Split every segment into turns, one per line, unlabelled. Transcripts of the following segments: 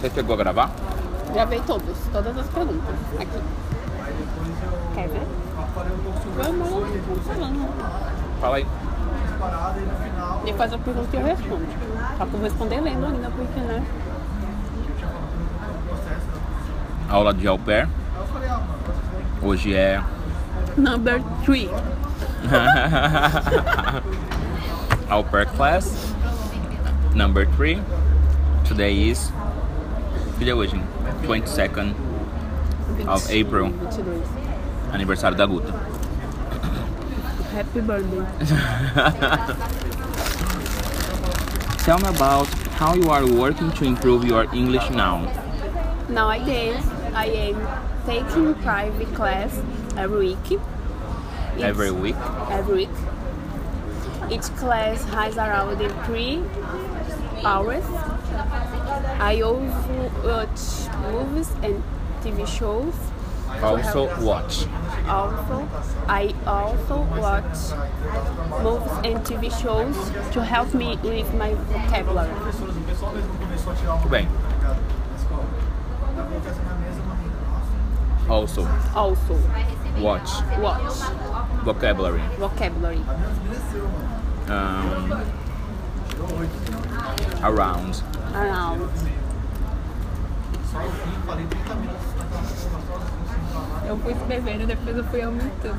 Você chegou a gravar?
Gravei todos, todas as perguntas aqui.
Quer ver?
Vamos falando.
Fala aí.
Ele faz a pergunta e eu respondo. Só que eu vou responder lendo ainda, porque, né?
Aula de au pair. Hoje é.
Number three.
au pair class. Number 3. Today is. Que dia é hoje? 22nd. Of April.
22.
Aniversário da Guta.
Happy birthday.
Tell me about how you are working to improve your English now.
Nowadays, I am taking private class every week. It's-
Every week.
Every week. Each class has around three hours. I also watch movies and TV shows.
Also watch.
Also, I also watch movies and TV shows to help me with my vocabulary.
Muito bem. Also
Also,
watch
watch
vocabulary.
vocabulary
Um, around.
around. Eu fui escrevendo, depois eu fui aumentando.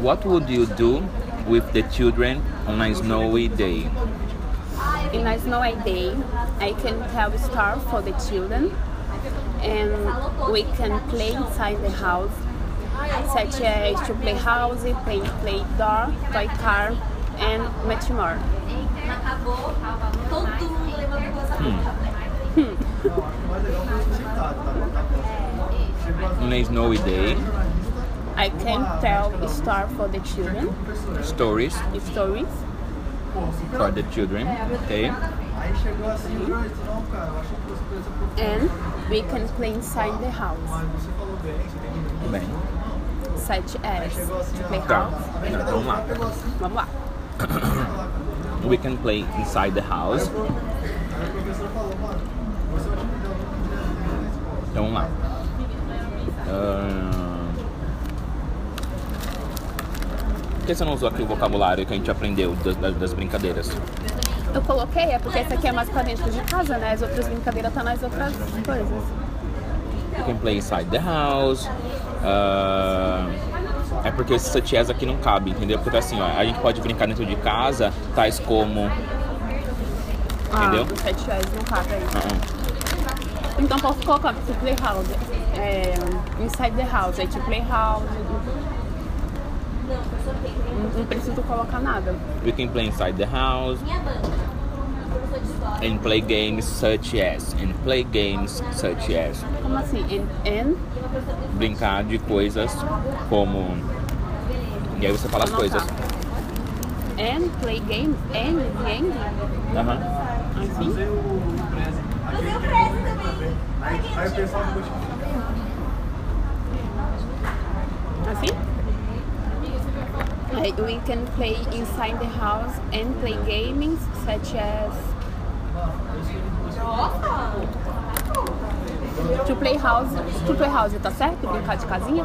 What would you do with the children on a snowy day?
In a snowy day, I can tell a story for the children, and we can play inside the house, such as to play house, play play door, toy car, and much more.
On a snowy day,
I can tell a story for the children,
stories
stories,
for the children. Okay.
assim,
and we can play inside the house,
Muito bem.
such as to play
Tá.
house.
Então, vamos lá.
Vamos lá.
We can play inside the house. Então vamos lá. Ahn, Por que você não usou aqui o vocabulário um que a gente aprendeu das, das- das brincadeiras?
Eu coloquei, é porque essa aqui é mais pra dentro de casa, né? As outras brincadeiras tá nas outras coisas.
We can play inside the house. ahn, É porque esse sutiãs aqui não cabe, entendeu? Porque tá assim, ó, a gente pode brincar dentro de casa, tais como. ah, Entendeu?
Ah, os sete reais não cabe aí.
Ah, ah.
Então posso colocar tipo playhouse. É, inside the house, aí tipo playhouse. Não, não preciso colocar nada.
We can play inside the house and play games such as and play games such as
Como assim? And, and
brincar de coisas como e aí você fala as
Anotar.
coisas.
and play games and game
Aham.
assim.
Aí o pessoal ficou tipo,
Assim? Aí, we can play inside the house and play games such as To play house, to play house, tá certo? Brincar de casinha?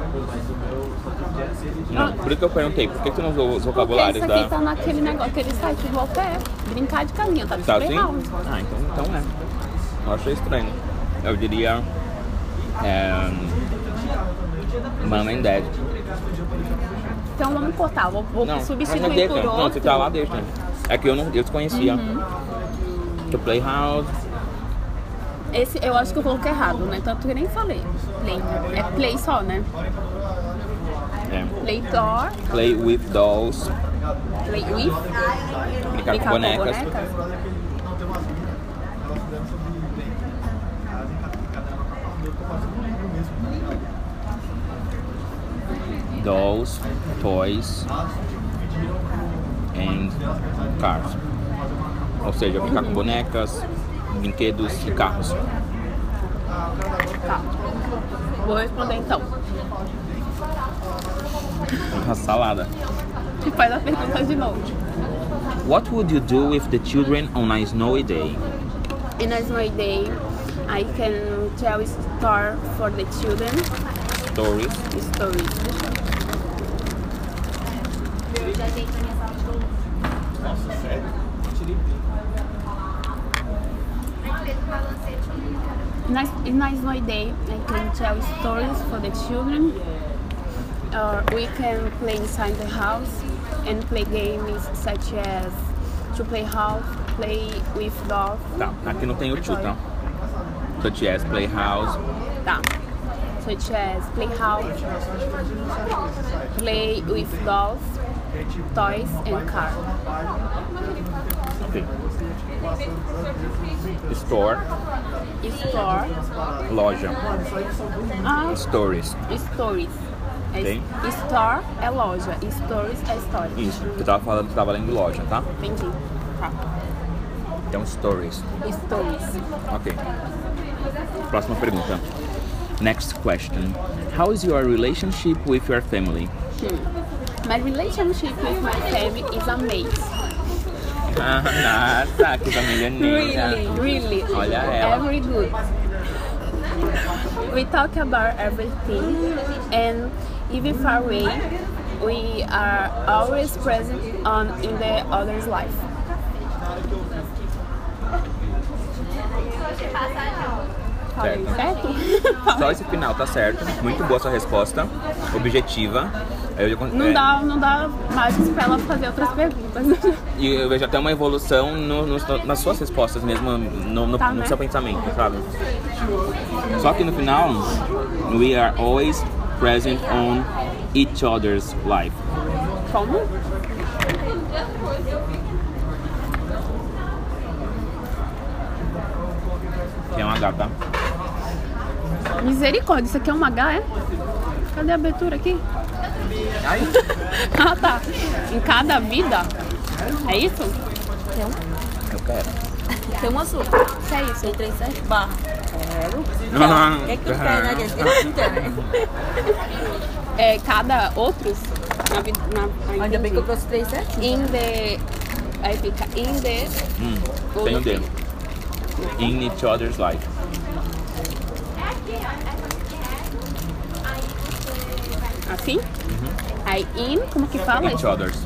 Não, por isso que eu perguntei, por que você não usou os
Porque isso
vocabulários
aqui
da
tá naquele negócio, aquele site do Alpé. Brincar de casinha, tá de
Tá assim?
playhouse.
Ah, então, então é. Eu achei estranho. Eu diria é, Mama and Dad.
Então vamos cortar, vou, vou
Não, mas não
substituir
deixa.
por outro.
Não, se tá lá, deixa. É que eu não eu desconhecia. To play house.
Esse eu acho que eu coloquei errado, né? Tanto que eu nem falei. Play. É play só, né?
É.
Play door,
Play with dolls,
play with,
brincar,
brincar
com bonecas. Dolls, toys and cars. Ou seja, brincar com bonecas, brinquedos e carros.
Tá. Vou responder então.
Uma salada.
E faz a pergunta de novo.
What would you do with the children on a snowy day?
In a snowy day, I can tell a story for the children.
Stories.
Stories.
Nossa, sério?
In a, in a snowy day, I can tell stories for the children. Or we can play inside the house and play games such as to play house, play with dog.
Tá, aqui não tem o to, tá? Such as playhouse.
Tá. Such as play house, play with dolls, toys and car.
Ok. Store,
Store,
loja.
ah,
Stories.
stories. É
Tem?
Store é loja, e stories é história.
Isso, eu tava falando que tava lendo loja, tá?
Entendi. Tá. E
Então, stories.
Stories.
Ok. Próxima pergunta. Next question. How is your relationship with your family?
Hmm. My relationship with my family is amazing.
Ah, nossa, que família
Really, really.
Olha ela.
Every good. We talk about everything and even far away, we are always present on in the other's life. Falei certo?
Só esse final, tá certo. Muito boa sua resposta. Objetiva. Eu já con-
Não
é,
dá, não dá margens pra ela fazer outras perguntas.
E eu vejo até uma evolução no- no- nas suas respostas mesmo, no, no-
Tá,
no
né?
seu pensamento, sabe? Só que no final, we are always present on each other's life.
Como?
Tem um H, tá?
Misericórdia, isso aqui é uma H, é? Cadê a abertura aqui?
Ai.
ah, tá. Em cada vida? É isso?
Tem um,
Eu quero.
tem um azul. Isso é isso, aí três sete barra. Quero.
Ah,
O que é que tu quer, né, gente? Não tem, né?
É cada outros? Na vida. Na,
Ainda bem que eu trouxe três sete.
In the. Aí fica in the.
Hum, tem um D. In each other's life.
Assim?
Uhum.
Aí in, como que fala?
Each other's.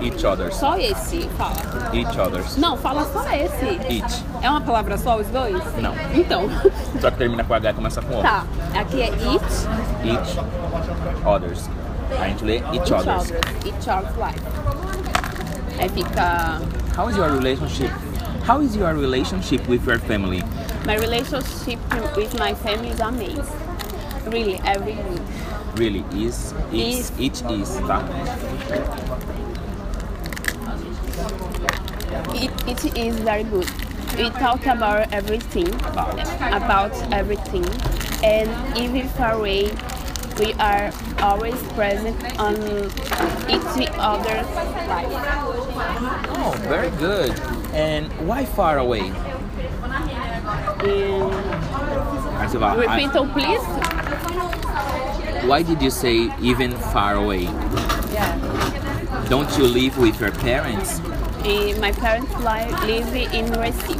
Each other's.
Só esse fala.
Each other's.
Não, fala só esse.
Each.
É uma palavra só, os dois?
Não.
Então.
Só que termina com H e começa com O.
Tá. Aqui é it,
Each others. A gente lê each,
each
others.
other, each other's life. Aí fica.
How is your relationship? How is your relationship with your family?
My relationship with my family is amazing. Really, every good.
Really, is is
Is.
it is, tá?
It, it is very good. We talk about everything,
About.
about everything, and even far away, we are always present on each other's life.
Oh, very good. And why far away?
And
Aí você fala,
repeat,
"Ah,
oh, please.
why did you say even far away?
Yeah.
Don't you live with your parents?
Eh, my parents li- live in Recife.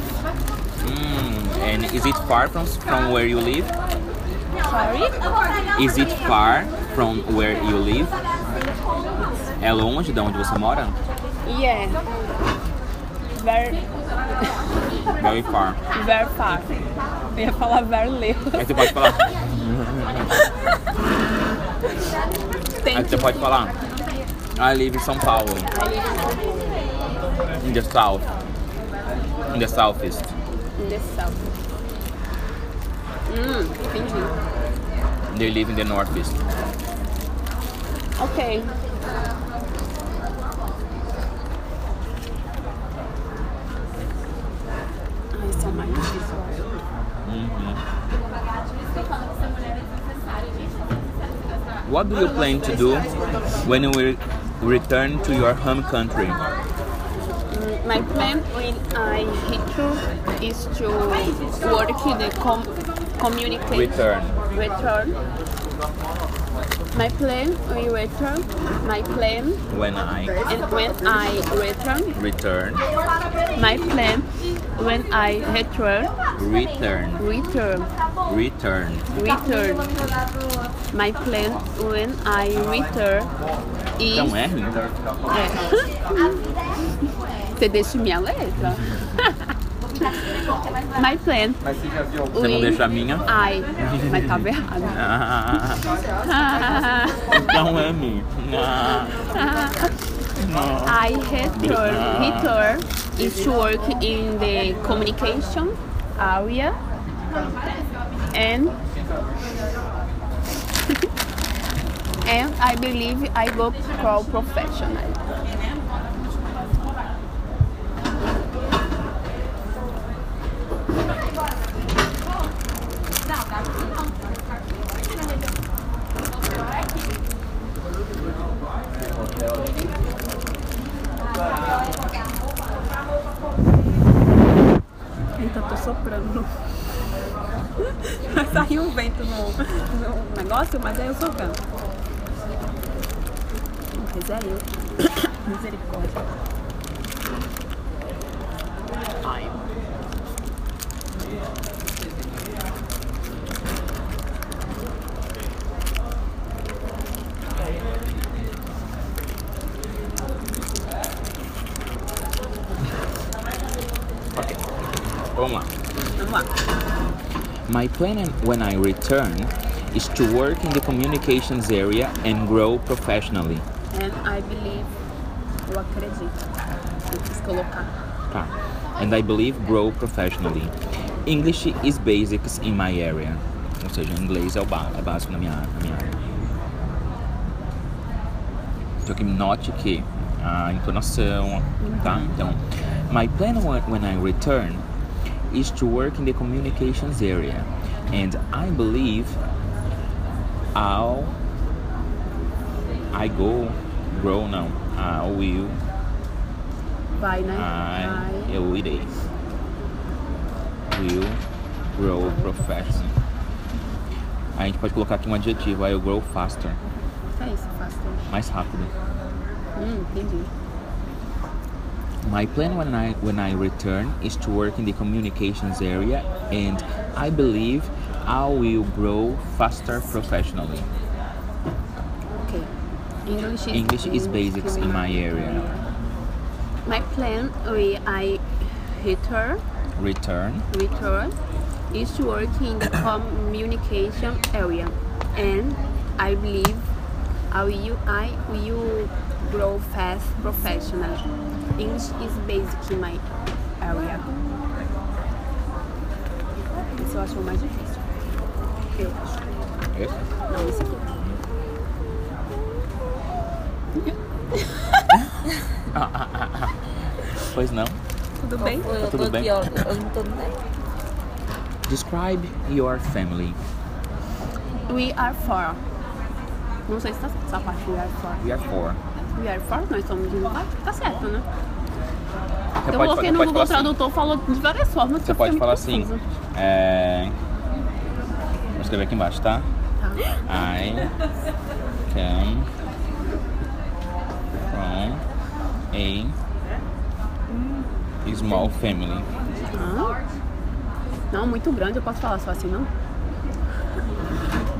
Hmm, and is it far from from where you live?
Sorry,
Is it far from where you live? É longe de onde você mora?
yeah, very,
Very far.
very far. Eu ia falar very little.
Aí você pode falar. Aí
Thank
você
you.
pode falar. I live in São Paulo.
I live
In the south. In the southeast.
in the south. Mm, Hum, entendi.
They live in the northeast.
Ok. Ai, são mais difíceis.
What do you plan to do when you will return to your home country?
Mm, My plan when I return is to work in the com- communicate
Return.
return My plan, we return. My plan,
When I
and when I return,
return,
my plan, when I return,
return,
return,
return.
return. My plan, when I return, is.
Então é ruim.
É. Você deixa minha letra? My plan,
Mas você já viu algum?
Você não
when
deixa a minha?
I. Mas tava errado.
Ah, então é minha. Ah, não.
I return, return is to work in the communication area and and I believe I go pro professional.
Eita, tô soprando. Saiu um vento no, no
um
negócio, mas aí eu soprando. Mas é eu. Misericórdia. Ai.
Vamos lá.
Vamos lá.
My plan and- when I return is to work in the communications area and grow professionally.
And I believe eu acredito. Eu quis colocar.
Tá. And I believe grow professionally. English is basics in my area. Ou seja, inglês é o ba- é básico na minha, na minha área. Só que note que a entonação, tá? Então, my plan whe- when I return is to work in the communications area. And I believe I'll I go grow não. I will
Vai, né?
I eu irei. Will grow profession. A gente pode colocar aqui um adjetivo, I will grow faster,
Vai. É isso, faço.
mais rápido.
Hum, entendi.
My plan when I when I return is to work in the communications area and I believe I will grow faster professionally.
Okay. English is,
English is basics in my area.
My plan when I return,
Return
return is to work in the communication area, and I believe I will, I will grow fast professionally. English is basic in my area. Esse eu acho o mais difícil. Eu acho.
Esse?
Não, esse aqui.
Ah, Pois não.
Tudo bem?
Tá
Eu
tudo
tô
bem?
aqui, ó. Eu não tô nem.
Describe your family.
We are four. Não sei se tá certo essa parte. We are four.
We are four.
We are four, nós somos de um bar. Tá certo, né?
Você pode-
Eu coloquei
você
no
pode
Google
falar assim.
Tradutor, falou de várias formas. que
Você
eu
pode
fiquei
falar assim.
muito confusa.
É... Vou escrever aqui embaixo, tá?
Tá.
I come from a small family.
Ah. Não, muito grande, eu posso falar só assim, não?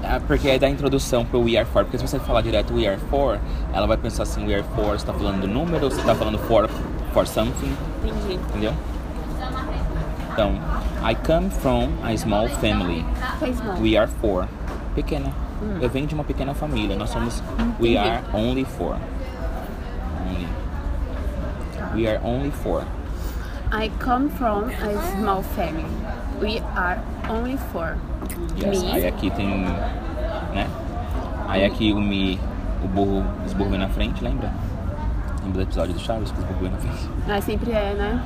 Ah, porque é da introdução pro We Are Four. Porque se você falar direto We Are Four, ela vai pensar assim: We Are Four, você tá falando do número, você tá falando for, for something,
Entendi.
entendeu? Então, I come from a small family.
Fez mal.
We are four. Pequena. Eu venho de uma pequena família. Nós somos. We are only four. Only. We are only four.
I come from a small family. We are only four.
Yes.
Me.
Aí aqui tem. Né? Aí aqui o me. O burro esburrou na frente, lembra? Lembra do episódio do Chaves que esburrou na frente?
Mas sempre é, né?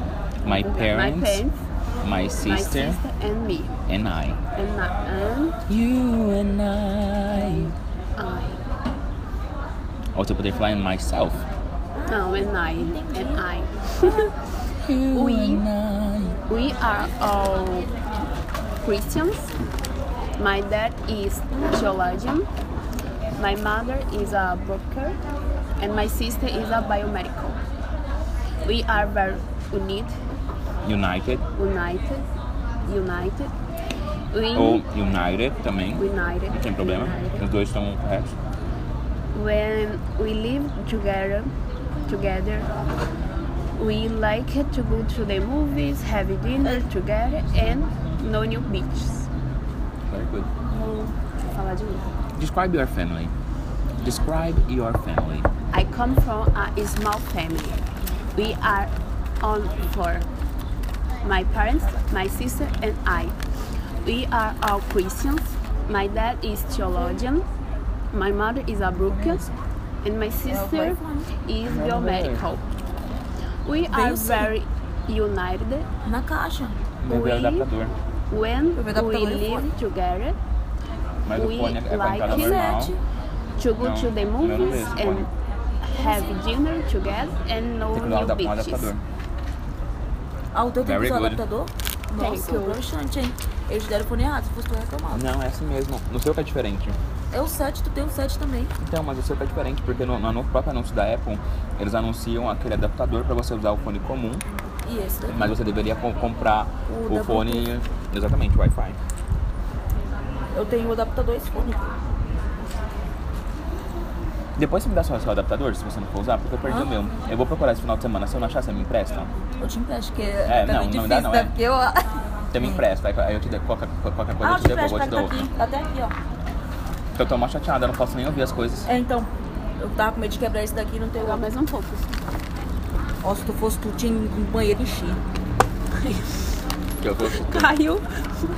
My parents,
my, parents
my
my
sister,
sister and me.
and I.
And, my, and
You and I.
I.
Ou você poderia falar and myself.
Não, and I. And I.
You
We.
and I.
We are all Christians. My dad is theologian. My mother is a broker and my sister is a biomedical. We are very united,
United
united, united. We
ou United também.
united.
Não tem Oh. problema. Os
united.
dois estão corretos.
When we live together, together, we like to go to the movies, have dinner together, and no new beaches.
Very good.
Vou falar de novo.
Describe your family. Describe your family.
I come from a small family. We are on four. My parents, my sister, and I. We are all Christians. My dad is theologian. My mother is a broker, and my sister is biomedical. We are very united
Na caixa.
Levei o
Oi.
adaptador.
when
Eu vou dar pra
we
pegar o telefone.
live together
Mas o
We
fone é com a
like
entrada
it.
normal.
to go
Não,
to the
eu não
movies
vejo
and have dinner together and no
Tem que dar o
new
adap- um
beaches.
adaptador.
Ah, o teu tem que
Very
usar o
good.
adaptador?
Tem
Nossa,
que usar.
broxante, hein? Eles deram o fone errado, se fosse tu reclamado.
Não, é assim mesmo. No seu que é diferente.
É o 7, tu tem o 7 também.
Então, mas o seu que é diferente, porque no, no próprio anúncio da Apple, eles anunciam aquele adaptador para você usar o fone comum,
E esse daqui.
mas você deveria co- comprar
O
o,
da
fone. Exatamente, Wi-Fi.
Eu tenho o adaptador e esse fone.
Depois você me dá só seu adaptador, se você não for usar, porque eu perdi
Hã?
o meu. Eu vou procurar esse final de semana. Se eu não achar, você me empresta?
Eu te empresto, que é,
É,
tá
não,
meio
não me
difícil,
dá, não,
né?
é.
Porque eu...
Você me empresta, aí eu te dou qualquer, qualquer coisa,
ah,
eu
eu
te
te
devolvo,
empresto,
eu te dou
pega tá aqui,
outro.
tá até aqui, ó.
Então, eu tô mó chateada, eu não posso nem ouvir as coisas.
É, então, eu tava com medo de quebrar esse daqui e não ter o
Mas um pouco.
Ó, se tu fosse, tu tinha um banheiro enchido.
Que eu vou chutar.
Caiu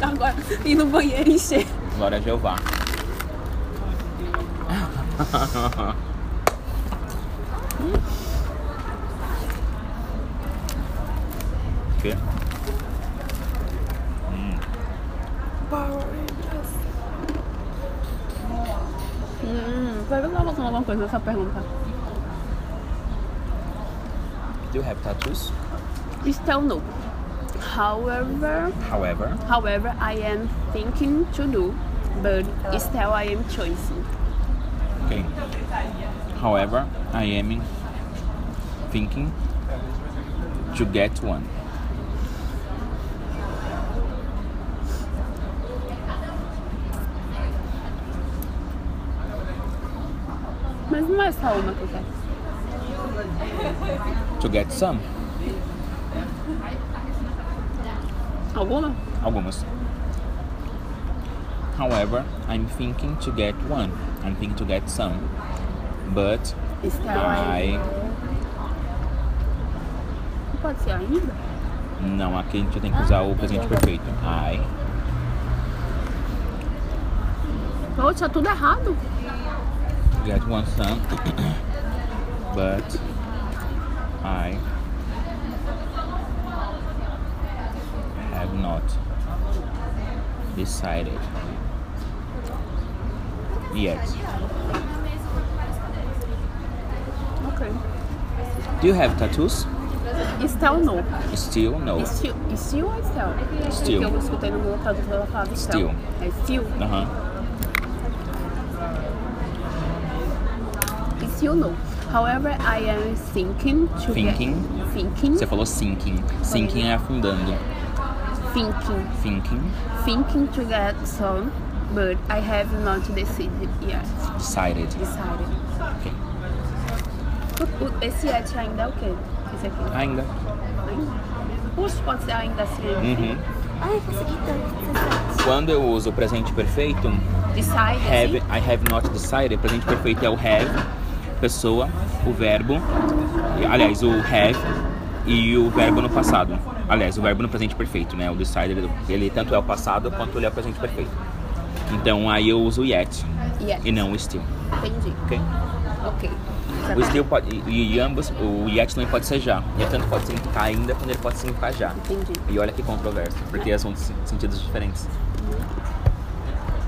agora e no banheiro encher.
Glória a Jeová. Quê?
Hum, perguntar voltando alguma coisa nessa pergunta.
Do you have tattoos?
Still no. However,
However,
however, I am thinking to do, but
Ah.
still I am choosing.
okay. However, I am thinking to get one.
Mas não é só uma que eu quero.
To get some.
Alguma?
Algumas. However, I'm thinking to get one. I'm thinking to get some. But
Still I.
I
Não Pode ser ainda?
Não, aqui a gente tem que usar o presente perfeito. I.
Poxa, tudo errado.
Get one son. But. I. Have not. Decided. Yet.
Ok.
Do you have tattoos?
Still no.
Still no.
Still, still ou still?
Still.
Porque eu escutei no meu tradutor ela falava
Still.
still. É still.
Aham.
Still no. However, I am thinking to
Thinking.
get... Thinking.
Você falou sinking. Sinking é afundando.
Thinking.
Thinking.
thinking to get some, but I have not decided yet.
Decided.
Decided.
Ok.
O- o- Esse yet ainda é o quê? Esse aqui.
Ainda.
Puxa, pode ser ainda assim.
Uhum.
Ai, consegui tanto.
Quando eu uso o presente perfeito,
Decided.
have,
assim?
I have not decided. Presente perfeito é o have, pessoa, o verbo, e, aliás, o have e o verbo no passado. Aliás, o verbo no presente perfeito, né? O decided, ele tanto é o passado quanto ele é o presente perfeito. Então aí eu uso o yet
Yet.
e não o still,
Entendi.
ok?
Ok. Já
O
tá.
still pode, e, e ambos, o yet também pode ser já. E tanto pode significar ainda quando ele pode significar já.
Entendi.
E olha que controverso, porque são sen- sentidos diferentes.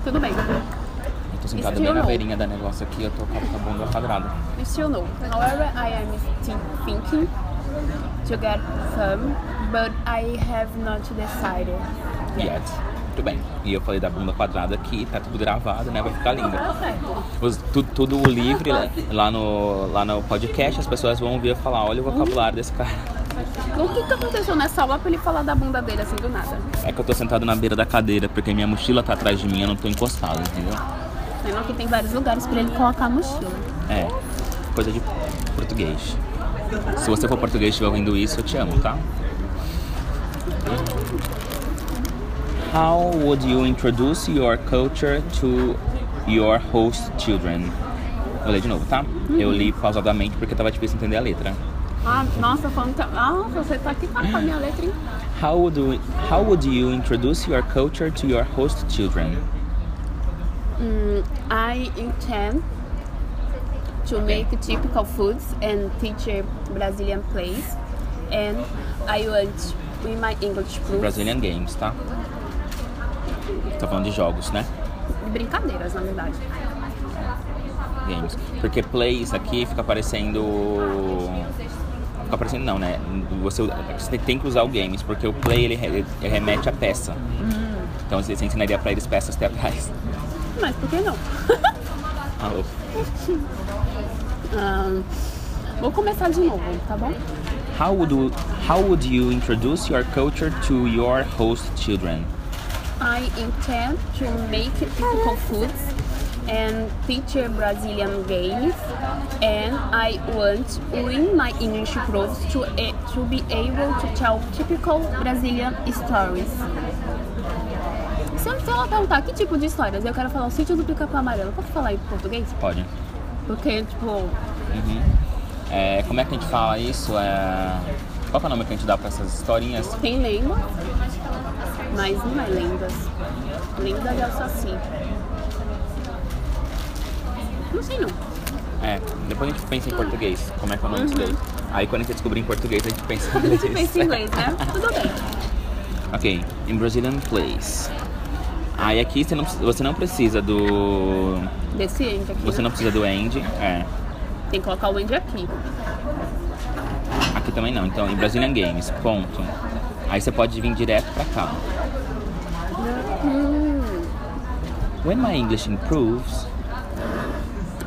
Tudo bem.
Eu tô sentado
Still
bem na
não.
beirinha da negócio aqui, eu tô com a com a bunda quadrada.
Still no. However, I am still thinking to get some, but I have not decided
Yet. Muito bem. E eu falei da bunda quadrada aqui, tá tudo gravado, né? Vai ficar lindo.
Perfeito.
Os- tu- tudo livre lá- lá no, lá no podcast, as pessoas vão ouvir eu falar, olha o vocabulário desse cara.
O que, que aconteceu nessa aula pra ele falar da bunda dele assim do nada?
É que eu tô sentado na beira da cadeira, porque minha mochila tá atrás de mim, eu não tô encostado, entendeu?
Lembra Né, que tem vários lugares pra ele colocar a mochila.
É, coisa de português. Se você for português e estiver ouvindo isso, eu te amo, tá? How would you introduce your culture to your host children? Vou ler de novo, tá? Eu li pausadamente porque tava difícil entender a letra.
Ah, nossa, falando que... Ah, você tá aqui com a minha letra, hein?
How would, you, how would you introduce your culture to your host children?
Mm, I intend to make typical foods and teach a Brazilian place. And I want in my English proof
Brazilian Games, tá? Tá falando de jogos, né?
de brincadeiras, na verdade.
games. Porque plays aqui fica parecendo. Fica parecendo não, né? Você, você tem que usar o games, porque o play ele, re- ele remete à peça. Então você ensinaria pra eles peças teatrais.
Mas por que não?
Alô.
Ahn, vou começar de novo, tá bom?
How would, you, how would you introduce your culture to your host children?
I intend to make typical foods and teach a Brazilian games. And I want in my English proofs to, a- to be able to tell typical Brazilian stories. Se eu- se ela perguntar que tipo de histórias, eu quero falar o sítio do pica-pau amarelo. Posso falar em português?
Pode.
Porque, tipo,
Uhum. É, como é que a gente fala isso? É... Qual que é o nome que a gente dá pra essas historinhas?
tem lenda, mas não é lendas. Lendas é só assim. Não sei não.
É, depois a gente pensa em português. Como é que é o nome disso daí? Aí quando a gente descobrir em português, a gente pensa em
A
inglês.
gente pensa em inglês, né? Tudo bem.
Ok, in Brazilian plays. Aí aqui você não, precisa- você não precisa do.
Desse end aqui.
Você
né?
não precisa do end. É.
Tem que colocar o end aqui.
Aqui também não. Então, em Brazilian Games, ponto. Aí você pode vir direto pra cá. When my English improves,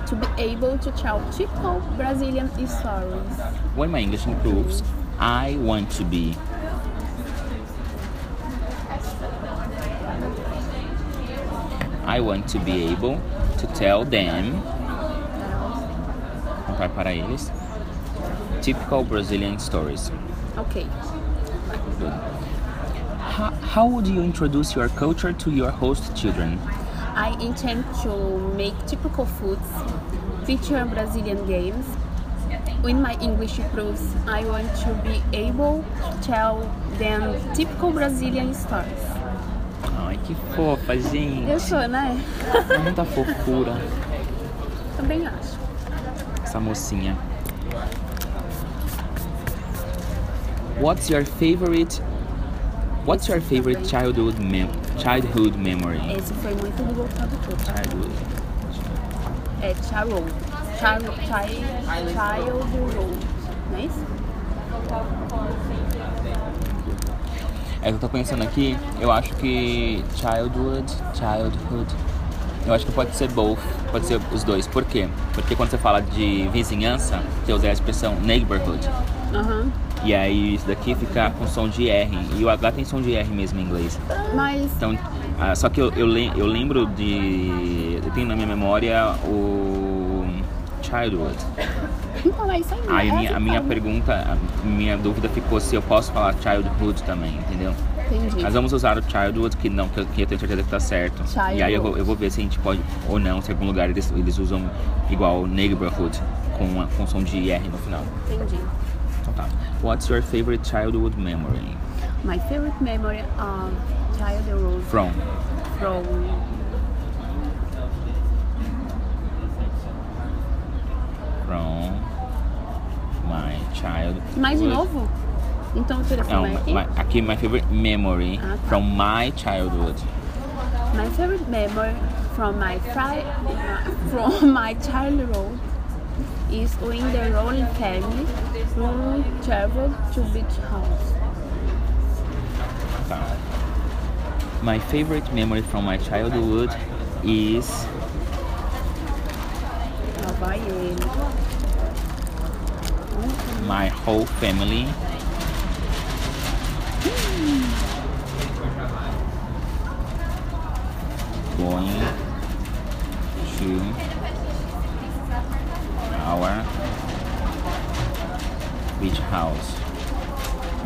To be able to tell typical Brazilian stories.
when my English improves, I want to be. I want to be able to tell them. Contar para eles. Typical Brazilian stories.
Ok.
Good. How, how would you introduce your culture to your host children?
I intend to make typical foods, feature Brazilian games. When my English improves, I want to be able to tell them typical Brazilian stories.
Ai, que fofa,
Eu
gente.
sou, né?
Muita fofura
Também acho.
essa mocinha. What's your favorite What's your favorite childhood mem childhood memory?
Esse foi muito do voltado todo.
Childhood.
tá? É Charol. Charol. Child Road. Não é isso?
É que eu tô pensando aqui, eu acho que childhood, childhood. Eu acho que pode ser both, pode ser os dois. Por quê? Porque quando você fala de vizinhança, você usa a expressão neighborhood.
Aham.
E aí isso daqui fica com som de R. E o H tem som de R mesmo em inglês.
Mas
Então, ah, só que eu, eu, lem- eu lembro de. Eu tenho na minha memória o. Childhood.
Então é isso aí.
Aí a
é
minha, a
assim,
minha
tá.
pergunta, a minha dúvida ficou se eu posso falar childhood também, entendeu?
Entendi.
Nós vamos usar o childhood, que não, que eu, que eu tenho certeza que tá certo. E aí eu, vou- eu vou ver se a gente pode ou não, se em algum lugar eles, eles usam igual neighborhood com a função de R no final.
Entendi.
Então tá. What's your favorite childhood memory?
My favorite memory of childhood
From.
from
From my child.
Mais de novo? Então eu teria que
Não,
falar aqui.
my, aqui my favorite memory
Ah, tá.
from my childhood.
My favorite memory from my fri- from my childhood is when the rolling family room traveled to beach house.
Tá. My favorite memory from my childhood is
Lá vai ele.
my whole family. Going to our beach house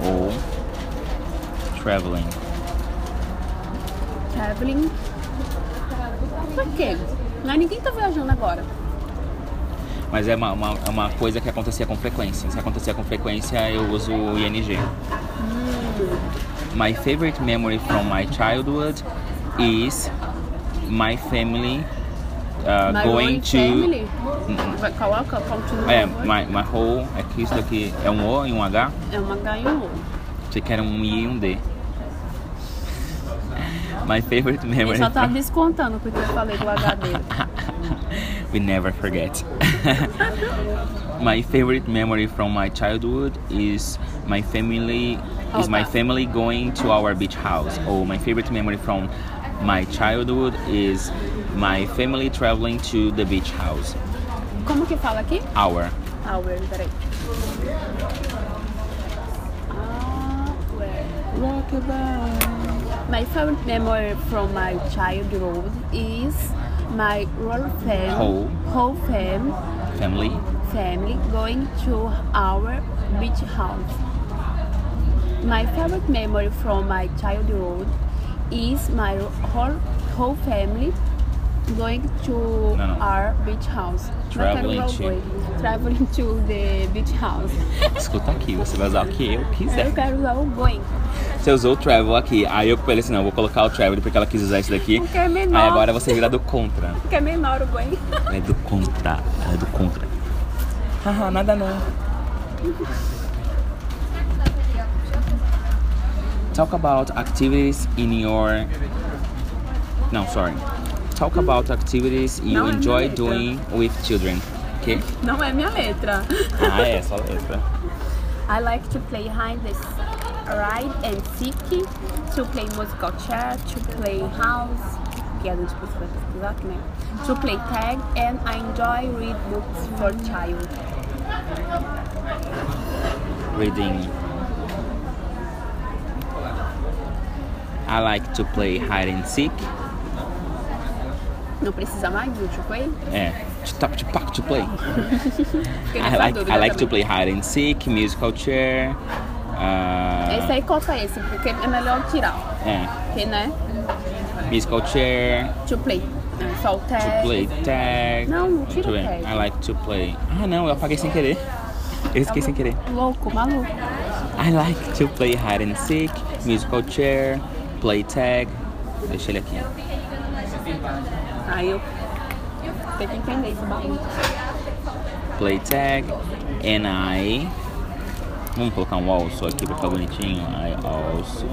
or traveling.
Traveling. Pra quê? Não, ninguém tá viajando agora.
Mas é uma, uma, é uma coisa que acontecia com frequência. Se acontecia com frequência, eu uso o
Hum.
ING. My favorite memory from my childhood is my family uh,
My
going
own
to.
family?
N-
Vai, coloca, continua.
É, my, my whole. É que isso daqui é um O e um H?
É uma H e um O.
Você quer um I e um D. My favorite
Ele
memory.
só tá
from-
descontando porque eu falei do H dele.
we never forget. my favorite memory from my childhood is my family is
Oh,
my
tá.
family going to our beach house. Or my favorite memory from my childhood is my family traveling to the beach house.
Como que fala aqui?
Our
Hour, peraí. Ah, Hour. My favorite memory from my childhood is my whole fam,
Whole.
whole fam,
family
family going to our beach house. My favorite memory from my childhood is my whole, whole family going to
No, no.
our beach house.
Traveling
Not
to-
Broadway. Traveling to the beach house.
escuta aqui, você vai usar o que eu
Eu
quiser.
quero usar o going.
Você usou o travel aqui, aí eu falei assim, não, eu vou colocar o travel porque ela quis usar isso daqui.
Porque é menor.
Aí agora você vira do contra.
Porque é menor o going.
Ela é do contra. Ela é do contra. Haha, nada não. Talk about activities in your. No, sorry. Talk about activities you
Não, é
enjoy
minha letra.
doing with children. Ok?
Não é minha letra.
Ah, é, só letra.
I like to play hide and ride and seek, to play musical chair, to play house, que a gente precisa pesquisar, que, né? To play tag and I enjoy read books for child.
Reading. I like to play hide and seek.
Não precisa mais do to play?
É. Tap to pack to play.
Porque
I
nessa
like,
dúvida
I like to play
também.
hide and seek, musical chair.
Esse
Uh,
aí corta esse, porque é melhor tirar.
é,
Porque, né?
musical chair,
To play. né? Só o tag.
to play tag.
Não, não tira
Deixa eu ver.
o tag.
I like to play. Ah, não, eu apaguei sem querer. Eu esqueci sem querer.
Tá Louco, maluco.
I like to play hide and seek, musical chair, play tag. Deixa ele aqui.
Aí eu tenho que entender esse bagulho.
Play tag. And I. Vamos colocar um also aqui pra ficar bonitinho. I also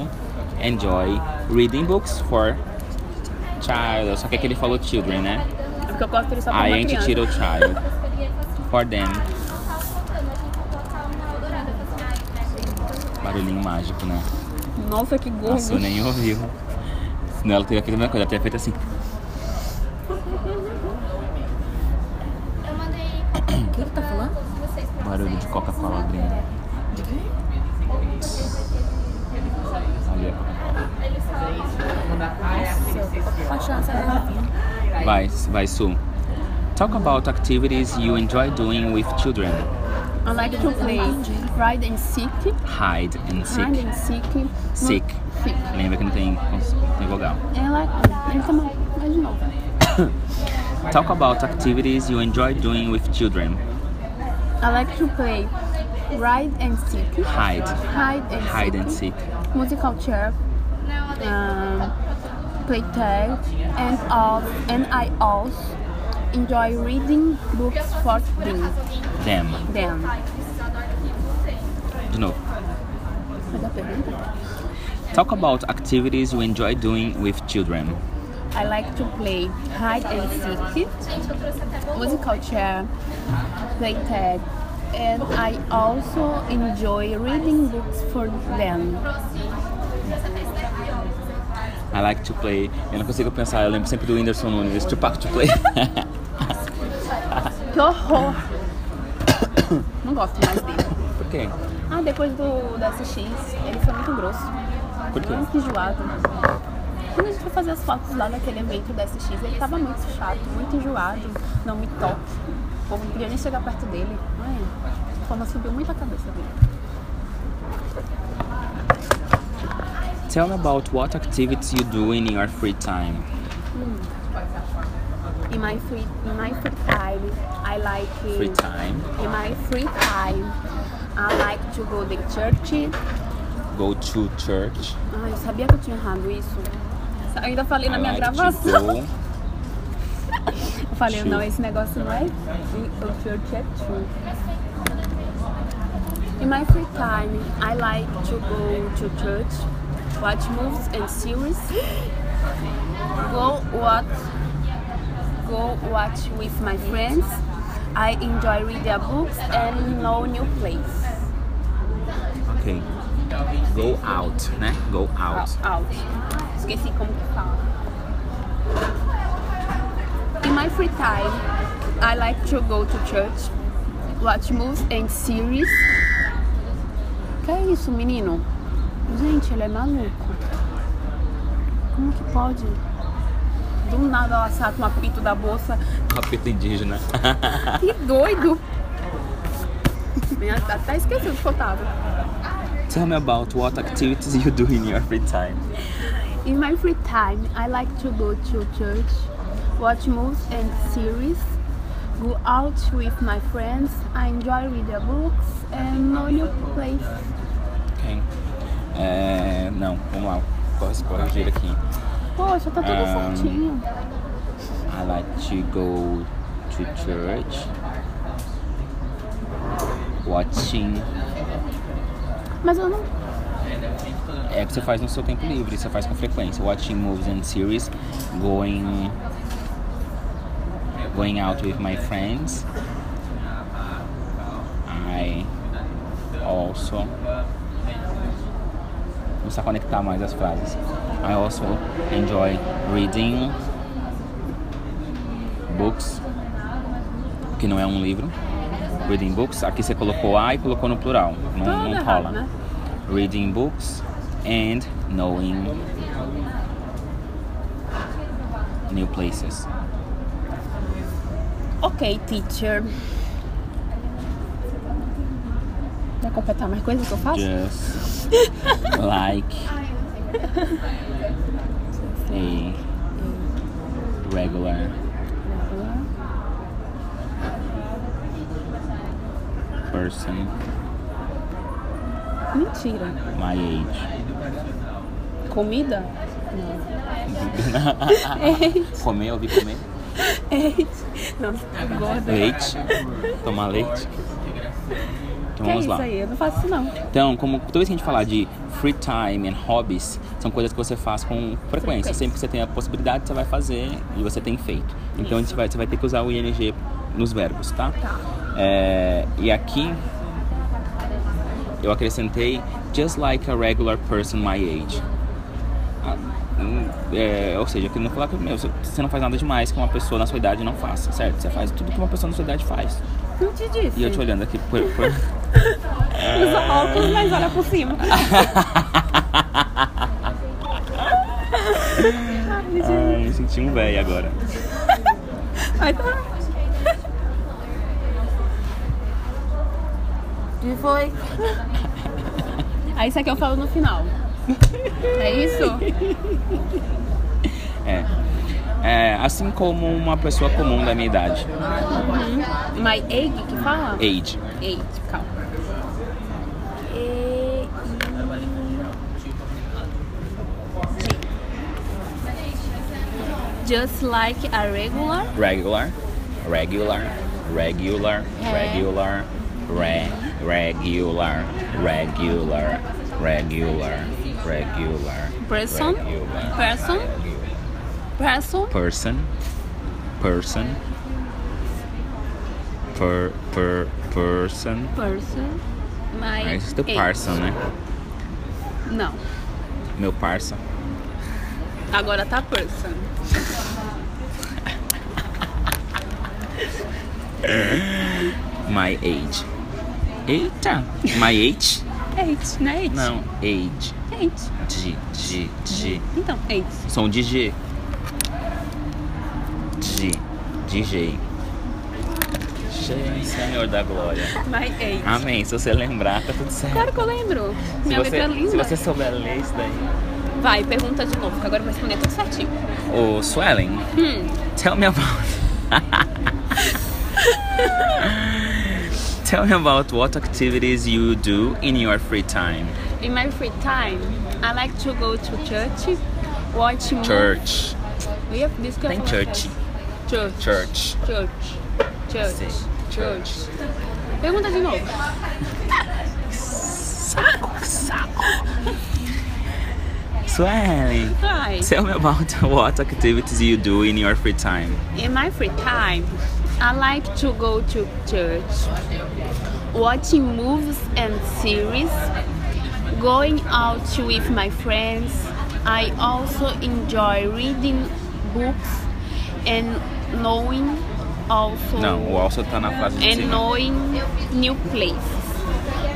enjoy reading books for child. Só que aqui ele falou children, eh. né?
É Porque eu gosto dele só pra
Aí
uma
a gente
criança.
tira o child. For them. Barulhinho mágico, né?
Uhum. Nossa, que gordo.
Nossa, né? eu nem ouviu. Senão ela teria feito a mesma coisa, ela teria feito assim.
O que que tá falando?
Barulho de Coca-Cola abrindo. Ali,
Pode tirar essa garrafinha.
ó. Vai, vai, Su. Talk about activities you enjoy doing with children.
I like to play Ride and Seek.
Hide and
Hide
seek.
and Seek. No-
Seek.
Seek.
Lembra que não é tem, não tem vogal.
I like... Ele tá mal. Mas de novo.
Talk about activities you enjoy doing with children.
I like to play Ride and Seek.
Hide.
Hide and
Hide
Seek.
and seek.
Musical chair. Um, play tag. And, all, and I also enjoy reading books for them.
Them.
them.
De novo.
Mas a pergunta?
Talk about activities you enjoy doing with children.
I like to play hide and seek, musical chair, play tag, and I also enjoy reading books for them.
I like to play. Eu não consigo pensar, eu lembro sempre do Whindersson Nunes, Tupac to play.
Que horror! Não gosto mais dele.
Por quê?
Ah, depois do, da SX, ele foi muito grosso.
Por quê?
Muito enjoado. Quando a gente foi fazer as fotos lá naquele evento da SX, ele tava muito chato, muito enjoado, não me toque. O povo não podia nem chegar perto dele. Ai, como subiu muito a cabeça dele.
Tell me about what activities you do in your free time.
In my free, in my free time, I like... eh,
Free time,
In my free time, I like to go to church.
go to church.
Ai, eu sabia que eu tinha errado isso. Eu ainda falei E na
I
minha
like
gravação.
to go.
Eu falei,
Shoot.
não, esse negócio não é o church é true. In my free time, I like to go to church, watch movies and series, go watch, go watch with my friends. I enjoy reading books and know new place.
Ok. Go out, né? Go out.
Out. Esqueci como que fala. In my free time, I like to go to church, watch movies and series. Que é isso, menino? Gente, ele é maluco. Como que pode? Do nada ela saca um apito da bolsa.
Rapita e indígena.
Que doido! Minha- Até esqueci o que eu tava.
Tell me about what activities you do in your free time.
In my free time, I like to go to church, watch movies and series, go out with my friends, I enjoy reading books and know new place.
Ok. É, eh, não, vamos lá. Posso corrigir aqui.
Poxa, tá tudo
Ah.
certinho.
I like to go to church. Watching.
Mas eu não.
É o que você faz no seu tempo livre, você faz com frequência. Watching movies and series. Going. Going out with my friends. I also. Vou só conectar mais as frases. I also enjoy reading books, que não é um livro. Reading books, aqui você colocou a e colocou no plural. Não,
Tudo
não
errado,
rola.
né?
Reading books and knowing new places.
Ok, teacher. Vai completar mais coisas que eu faço?
Just like a regular person
Mentira.
my age.
Comida? Não.
comer, ouvir comer.
É Nossa, tá gorda.
Leite. Tomar leite. Então
Que é
vamos
isso
lá.
aí? Eu não faço isso não.
Então, como toda vez que a gente falar de free time and hobbies, são coisas que você faz com frequência.
Frequência.
Sempre que você tem a possibilidade, você vai fazer e você tem feito. Então, a gente vai, você vai ter que usar o ing nos verbos, tá?
Tá.
É, e aqui, eu acrescentei just like a regular person my age. Ah, hum, é, ou seja, eu queria falar que meu, você não faz nada demais que uma pessoa na sua idade não faça, certo? Você faz tudo que uma pessoa na sua idade faz.
Não te disse.
E eu te olhando aqui por- por...
Usa óculos, mas olha por cima.
Ai, me senti um velho agora.
Ai, tá.
E foi.
Aí isso aqui eu falo no final. É isso?
É. É, assim como uma pessoa comum da minha idade.
My egg que fala?
Age.
Egg, calma.
E...
Just like a regular.
Regular. Regular. Regular. Regular. Re, regular. Regular. Regular. Regular.
Person.
Regular.
Person. Person.
Person. Person. Per, per, person.
Person. My
Ah, Isso é do
egg.
parson, né?
Não.
Meu parça.
Agora tá person.
My age. Eita! My age?
Eight, não é eight?
Não, age.
Eight.
De, de, de.
Então, eight.
Som de G. De, DJ. Gente, Senhor da Glória.
My eight.
Amém. Se você lembrar, tá tudo certo.
Claro que eu
Ah.
lembro.
Se
Minha
você,
letra é linda.
Se você souber ler isso daí.
Vai, pergunta de novo, que agora eu vou responder tudo certinho.
O Swelling,
Hum.
tell me about. tell me about what activities you do in your free time.
In my free time, I like to go to church, watch movies.
Church.
Yep, this can
Tem church.
Church.
Church.
Church. Church.
Sim.
Church. Pergunta de novo.
Swelling,
Vai.
tell me about what activities you do in your free time.
In my free time, I like to go to church, watching movies and series, going out with my friends. I also enjoy reading books and knowing also
Não, o also tá na frase de
and
cima.
knowing new places.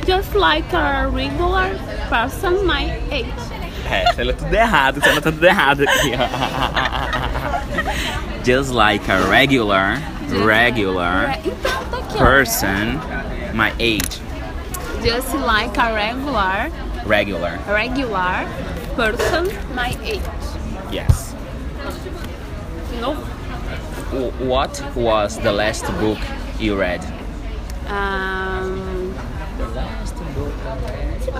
Just like a regular person my age.
É, você leu tudo errado, você leu tudo errado aqui. ó. Just like a regular, regular
Então tá aqui. ó.
person my age.
Just like a regular
Regular.
regular person my age.
Yes.
No.
W- What was the last book you read?
Um,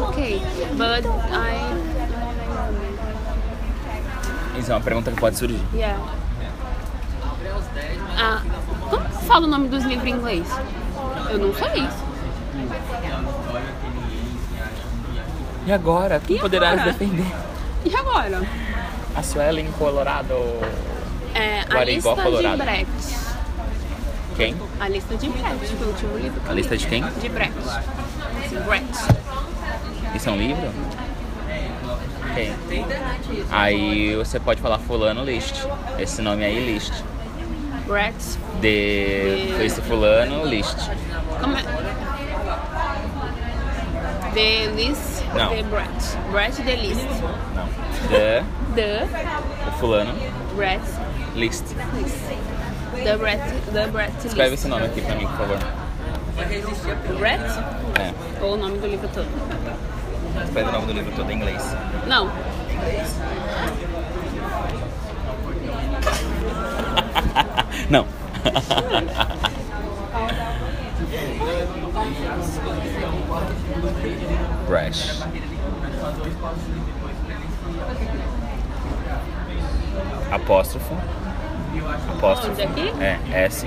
ok, but I.
Isso é uma pergunta que pode surgir.
Yeah. Ah, como que fala o nome dos livros em inglês? Eu não sei.
E agora? Quem
E
poderá
agora?
defender?
E agora?
A Suelen Colorado.
É, a
Agora é
lista
igual Colorado.
de Brecht.
Quem?
A lista de Brecht, foi o último livro. que
A
eu
lista
li.
de quem?
De Brecht. Brecht.
Isso é um livro? Quem? Aí você pode falar fulano list. Esse nome aí list.
Brecht.
De esse fulano list.
Como é? The list.
Não.
The Brecht. Brecht the list.
Não. The
The
o fulano
Brecht
list.
list. The Brecht, the Brecht list.
Escreve assim. esse nome aqui pra mim, por favor.
Brecht?
É.
Ou o nome do livro todo?
Escreve o nome do livro todo em inglês.
Não.
Não. Brush. Apóstrofo. Apóstrofo.
Onde aqui?
É, S.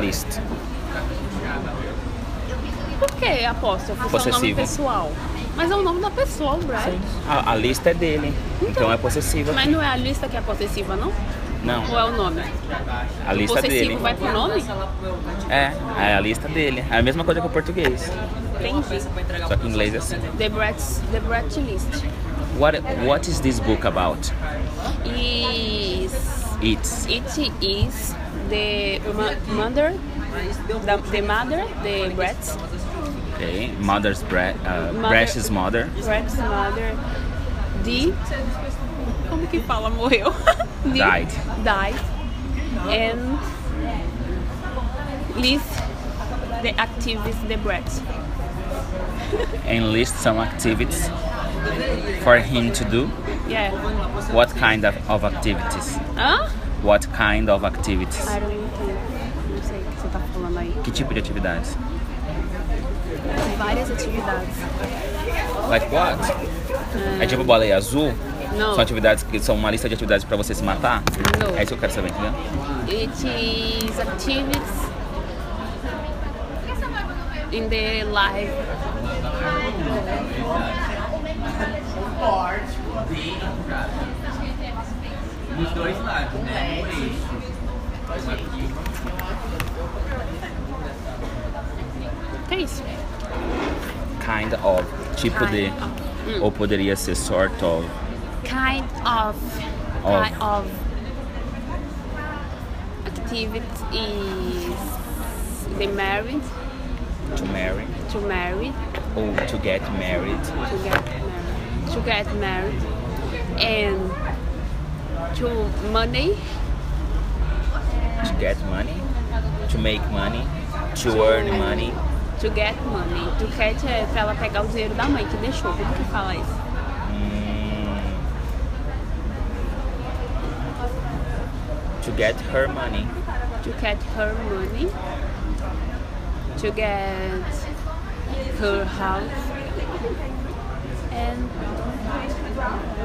List.
Por que apóstrofo? Isso É um nome
Possessivo.
pessoal. Mas é o nome da pessoa, o Brecht.
A, a lista é dele, então é possessiva.
Mas não é a lista que é possessiva, não?
Não,
Ou é o nome?
a lista é
possessivo
dele.
vai pro nome?
É, é a lista dele. É a mesma coisa que o português.
Entendi.
Só que em inglês é assim.
The Brecht, the Brecht list.
What, what is this book about?
Is
It's
it is the ma- mother, the, the mother, the Brecht,
okay. Mother's bre uh,
Mother-
Brash's mother.
Brecht's mother. The como que fala morreu? The-
Died.
Died. And list the activities the Brecht.
Enlist some activities for him to do.
Yeah.
What kind of, of activities?
Hã?
What kind of activities?
I don't entendo. Não sei o que você tá falando aí.
Que tipo de atividades?
Várias atividades.
Like what? É tipo baleia azul?
Não.
São atividades que são uma lista de atividades pra você se matar?
Não.
É isso que eu quero saber, entendeu?
It is activities in the life.
Dos dois lados, né? Um eixo. Um aqui.
Que isso?
Kind of. Tipo de. Ou poderia ser sort of.
Kind kind of,
Of.
kind of activity is the married
To marry
to marry
ou to get married.
to get married to get married and to money
To get money. To make money. To earn money.
to get money to get é pra ela pegar o dinheiro da mãe que deixou como que fala isso
Hum. To get her money.
to get her money, to get her house, and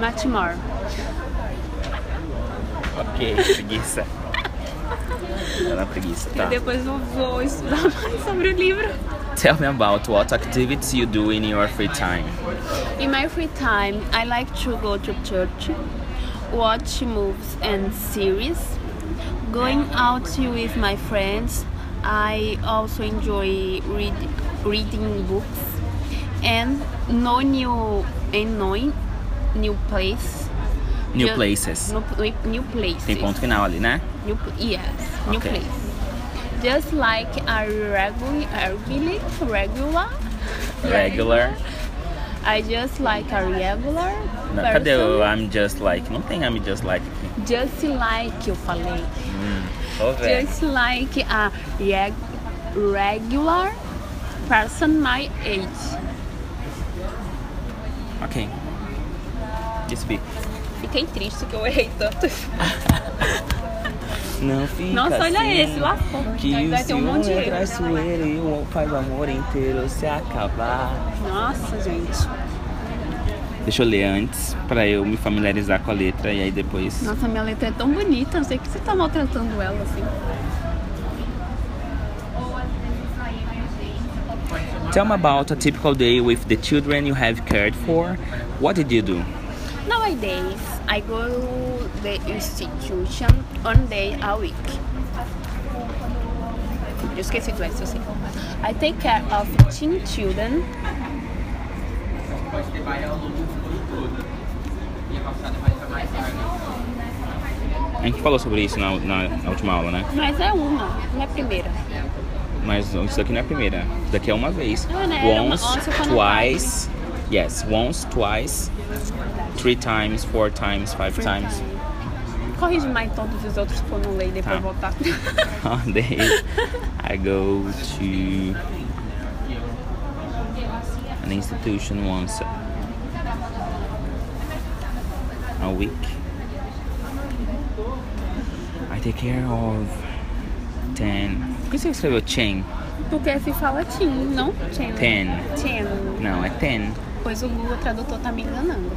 much more.
Ok, preguiça. Ela é preguiça, tá?
Depois eu vou estudar mais sobre o livro.
Tell me about what activities you do in your free time.
In my free time, I like to go to church, watch movies and series, going out with my friends. I also enjoy read, reading books and no new and knowing new place.
New
Ju-
places.
No, pl- new places.
Tem ponto final ali, né?
New, pl- yes, new
Okay.
place. Just like a regular, regular, regular.
Regular.
I just like a regular
Não,
person.
cadê o I'm just like? Não tem I'm just like aqui.
Just like eu falei.
Ô, velho.
Just like a reg- regular person my age.
Ok. Despi.
Fiquei triste que eu errei tanto.
Não fica
Nossa, olha
assim,
esse lá fora.
Que
Vai
o
ter um monte de
ciúme é
erro.
traiçoeiro e o- faz o amor inteiro se acabar.
Nossa, gente.
Deixa eu ler antes, pra eu me familiarizar com a letra e aí depois...
Nossa, minha letra é tão bonita. Não sei que você tá maltratando ela assim.
Tell me about a typical day with the children you have cared for. What did you do?
Nowadays, I go to the institution one day a week. Eu esqueci do S, eu sei. I take care of 15 children.
Pode ter baia ao longo do ano todo. E a calçada vai ficar mais larga.
A gente falou sobre isso na, na- na última aula, né?
Mas é uma, não é a primeira.
Mas isso daqui não é a primeira. Isso daqui é uma vez.
Ah, né? Era uma-
Once,
once upon a
twice. Yes, once, twice, three times, four times, five times.
Corrige mais todos os outros que eu não leio e depois
Tá.
voltar.
On days I go to an institution once a week. I take care of 10. Por que você escreveu 10?
Porque se fala teen, não? Teen.
Ten.
Teen.
Não, é 10.
Pois o Google Tradutor tá me enganando.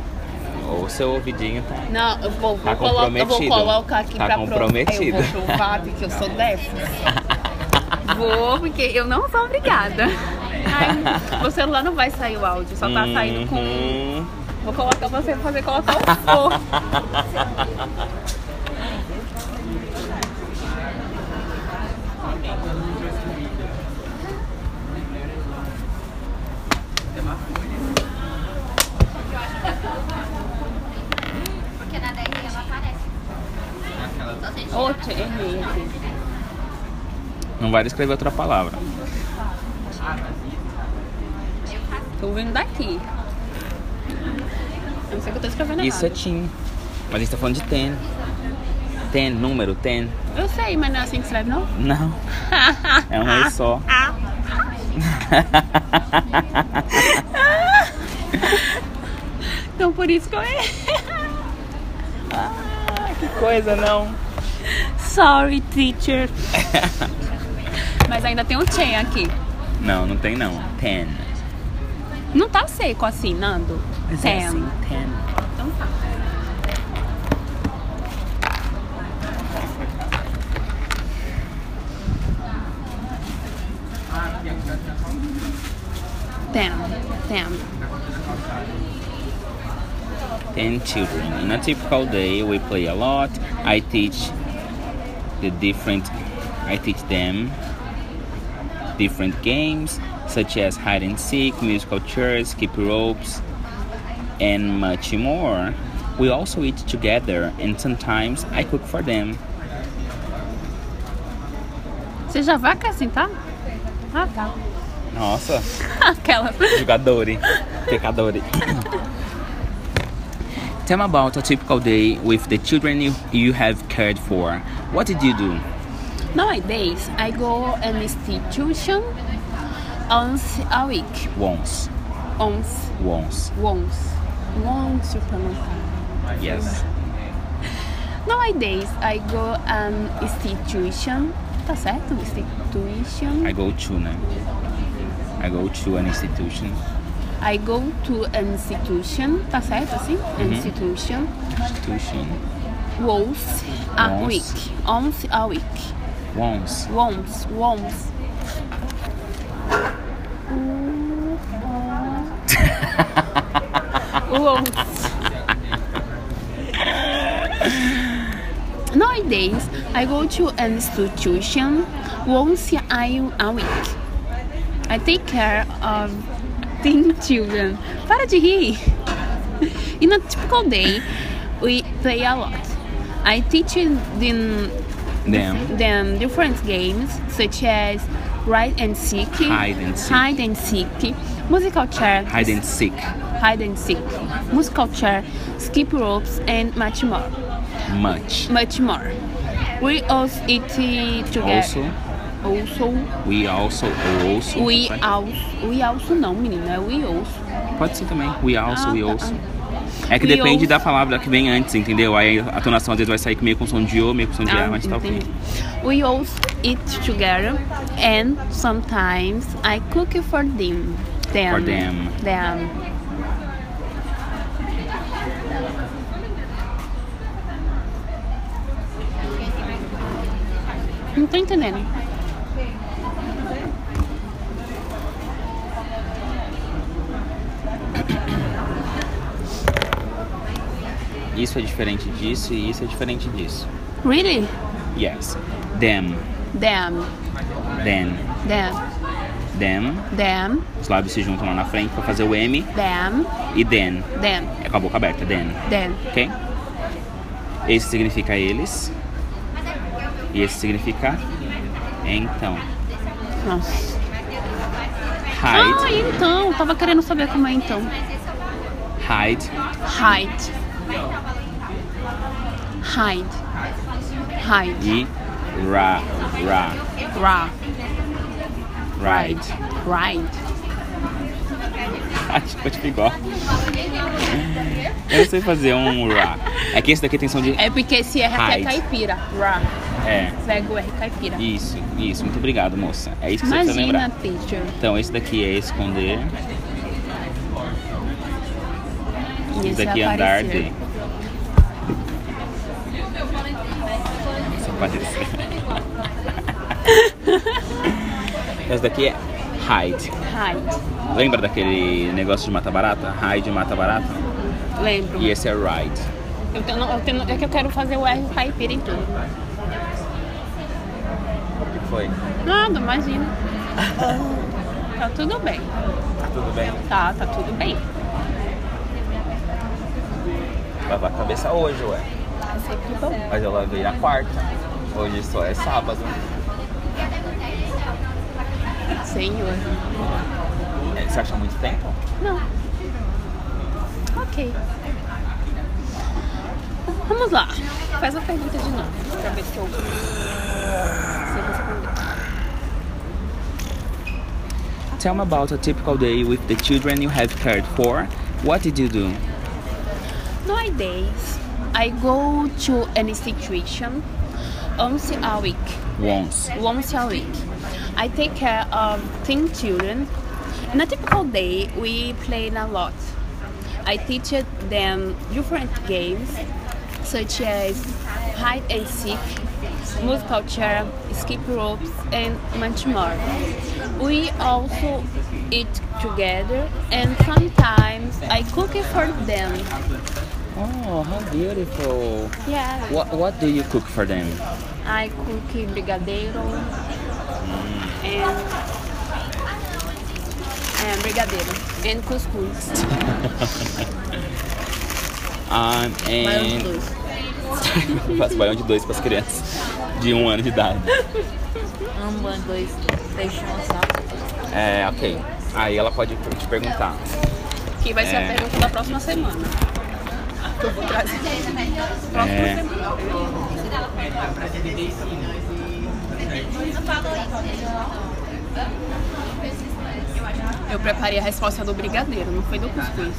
Ou seu ouvidinho tá.
Não, eu vou,
Tá
vou colocar, eu vou
comprometido.
colocar aqui
Tá
pra provar.
comprometido.
Eu vou provar que eu sou dessa. vou, porque eu não sou obrigada. Ai, meu celular não vai sair o áudio, só tá saindo com.
Uhum.
Vou colocar você pra fazer colocar o fogo.
Porque na 10 ela aparece.
Outro, errei aqui.
Não vai escrever outra palavra.
Tô vindo daqui. Eu não sei o que eu tô escrevendo
Isso é
errado.
Tim. Mas a gente tá falando de 10. 10, número 10.
Eu sei, mas não é assim que escreve, não?
Não. É um mês só.
Então por isso que eu errei.
Coisa não.
Sorry, teacher. Mas ainda tem o Chen aqui.
Não, não tem não. Ten.
Não tá seco assim, Nando?
Mas
Tem.
é assim, ten.
Então tá. Tem, tem.
Ten children. In a typical day, we play a lot. I teach the different. I teach them different games such as hide and seek, musical chairs, skip ropes, and much more. We also eat together and sometimes I cook for them.
Você já vai acrescentar? Ah, tá.
Nossa,
Aquela.
jogadori, pecadori. Tell me about a typical day with the children you, you have cared for. What did you do?
Nowadays, I go an institution once a week.
Once,
Once.
once,
Once. Once you pronounce.
yes.
Nowadays, I go an institution. Tá certo? Institution.
I go to, né? I go to an institution.
I go to an institution. Tá certo assim? Institution.
Institution.
Once a
Once.
week. Once a week.
Once.
Once. Once. Once. Nowadays, I go to an institution once I a week. I take care of teen children. Para de rir. In a typical day, we play a lot. I teach them,
Them.
them different games such as hide and seek,
Hide and seek.
hide and seek, musical chair,
Hide and seek.
hide and seek, musical chair, skip ropes, and much more
Much.
much more. We also eat together.
Also,
Also,
we also, also.
we also, we also não, menina, é we also.
Pode ser também. We also,
Ah,
we
tá.
also. É que
We
depende
also.
da palavra que vem antes, entendeu? Aí a tonação às vezes vai sair meio com som de O, meio com som de A, mas tá ok.
Ah, entendi. We also eat together and sometimes I cook for them. Them.
For them.
Them. Não tô entendendo.
Isso é diferente disso e isso é diferente disso.
Really?
Yes. Them.
Them.
Then.
Them.
Them.
Them.
Os lábios se juntam lá na frente pra fazer o M.
Them.
E then.
Them.
É com a boca aberta. Then.
Them.
Ok? Esse significa eles. E esse significa então.
Nossa. Ah,
Hide.
então. Tava querendo saber como é então.
Hide.
Hide. Hide. Hide.
E ra. Ra.
Ra.
Ride.
Ride.
Acho que eu fico igual. Eu não sei fazer um ra. É que esse daqui tem som de.
É porque esse R aqui é
Hide.
caipira. Ra.
É.
Pega o R caipira.
Isso, isso. Muito obrigado, moça. É isso que você precisa
Imagina,
lembrar.
teacher.
Então, esse daqui é esconder.
E
Esse
esse
daqui é
vai
andar
aparecer.
de. Isso apareceu. esse daqui é hide.
Hide.
Lembra daquele negócio de mata-barata? Hide mata-barata?
Lembro.
E esse é ride.
Eu tenho, eu tenho, é que eu quero fazer o R caipira em tudo.
O que foi?
Nada, imagina. tá tudo bem.
Tá tudo bem?
Tá, tá tudo bem.
Lavar Tá a cabeça hoje, ué.
É sempre bom.
Mas eu lavei na quarta. Hoje só é sábado.
Senhor.
É, Você acha muito tempo?
Não. Ok. Vamos lá. Faz a pergunta de novo. Pra ver se eu. Se você
Tell me about a typical day with the children you have cared for. What did you do?
Nowadays, I go to an institution once a week.
Once.
Once a week. I take care of teen children. In a typical day, we play a lot. I teach them different games such as hide and seek, move culture, skip ropes, and much more. We also eat together, and sometimes I cook for them.
Oh, how beautiful.
Yeah.
What, what do you cook for them?
I cook brigadeiro É, and é and brigadeiro and cuscuz.
Um,
Maior de
and
dois.
Faço baião de dois para as crianças de um ano de idade.
Um, banho, dois, três, chumbo,
É, ok. Aí ela pode te perguntar.
Que vai ser
É.
a pergunta da próxima semana. Que eu vou trazer. Próxima
É.
semana. Eu preparei a resposta do brigadeiro, não foi do cuscuz.